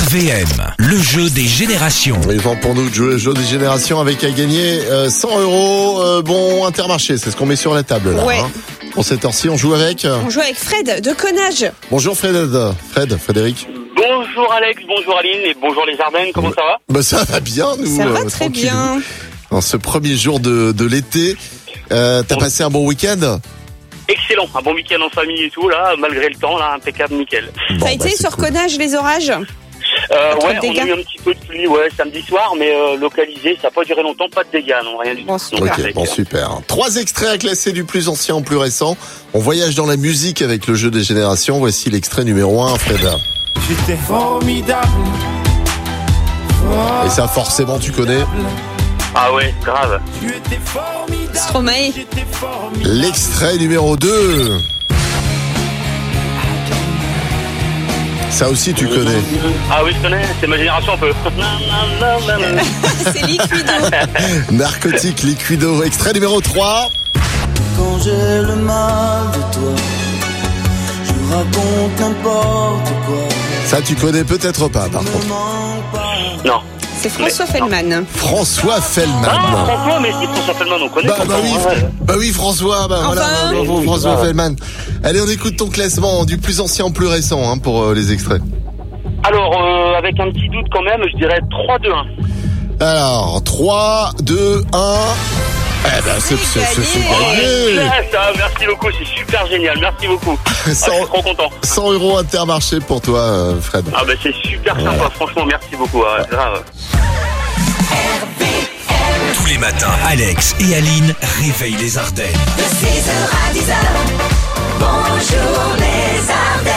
RVM, le jeu des générations. Il est temps pour nous de jouer au jeu des générations avec à gagner euh, 100 euros. euh, bon, intermarché, c'est ce qu'on met sur la table là. Ouais. hein. Pour cette heure-ci, on joue avec. euh, On joue avec Fred de Connage. Bonjour Fred. euh, Fred, Frédéric. Bonjour Alex, bonjour Aline et bonjour les Ardennes, comment ça va Bah, ça va bien, nous. Ça euh, va très tranquillou. bien. En ce premier jour de, de l'été, euh, t'as passé un bon week-end Excellent, un bon week-end en famille et tout là, malgré le temps là, impeccable, nickel. Bon, Ça a bah, été c'est sur cool. Connage les orages Euh, Pas trop ouais, de on a dégâts eu un petit peu de pluie ouais, samedi soir, mais euh, localisé, ça n'a pas duré longtemps, pas de dégâts, non, rien du tout. Bon, super. Donc, Ok, avec, bon euh, super. Trois extraits à classer du plus ancien au plus récent. On voyage dans la musique avec le jeu des générations. Voici l'extrait numéro 1, Fred. J'étais formidable. Et ça forcément tu connais. Ah ouais, grave. Tu étais formidable. Stromae. J'étais formidable. L'extrait numéro 2. Ça aussi tu connais. Ah oui, je connais, c'est ma génération un peu. C'est liquide. Narcotique liquido. Extrait numéro 3. Quand j'ai le mal de toi, je vous raconte n'importe quoi. Ça tu connais peut-être pas par Ne contre. manque pas. non. C'est François Feldman. François Ah, Fellman. François, mais si, François Feldman, on connaît. Bah, bah pourtant, oui, ouais. bah oui François, bah voilà, bah, Enfin. bravo, François Fellman. Allez, on écoute ton classement du plus ancien au plus récent hein, pour euh, les extraits. Alors, euh, avec un petit doute quand même, je dirais 3-2-1. Alors, 3, 2, 1. Eh ben, c'est C'est c'est- c'est gagné. gagné. Ah, ça, merci beaucoup, c'est super génial, merci beaucoup. Ah, je 100, suis trop content. 100 euros intermarché pour toi, euh, Fred. Ah bah c'est super sympa, franchement merci beaucoup, ouais, grave. Tous les matins, Alex et Aline réveillent les Ardennes. De 6h à 10h, bonjour les Ardennes.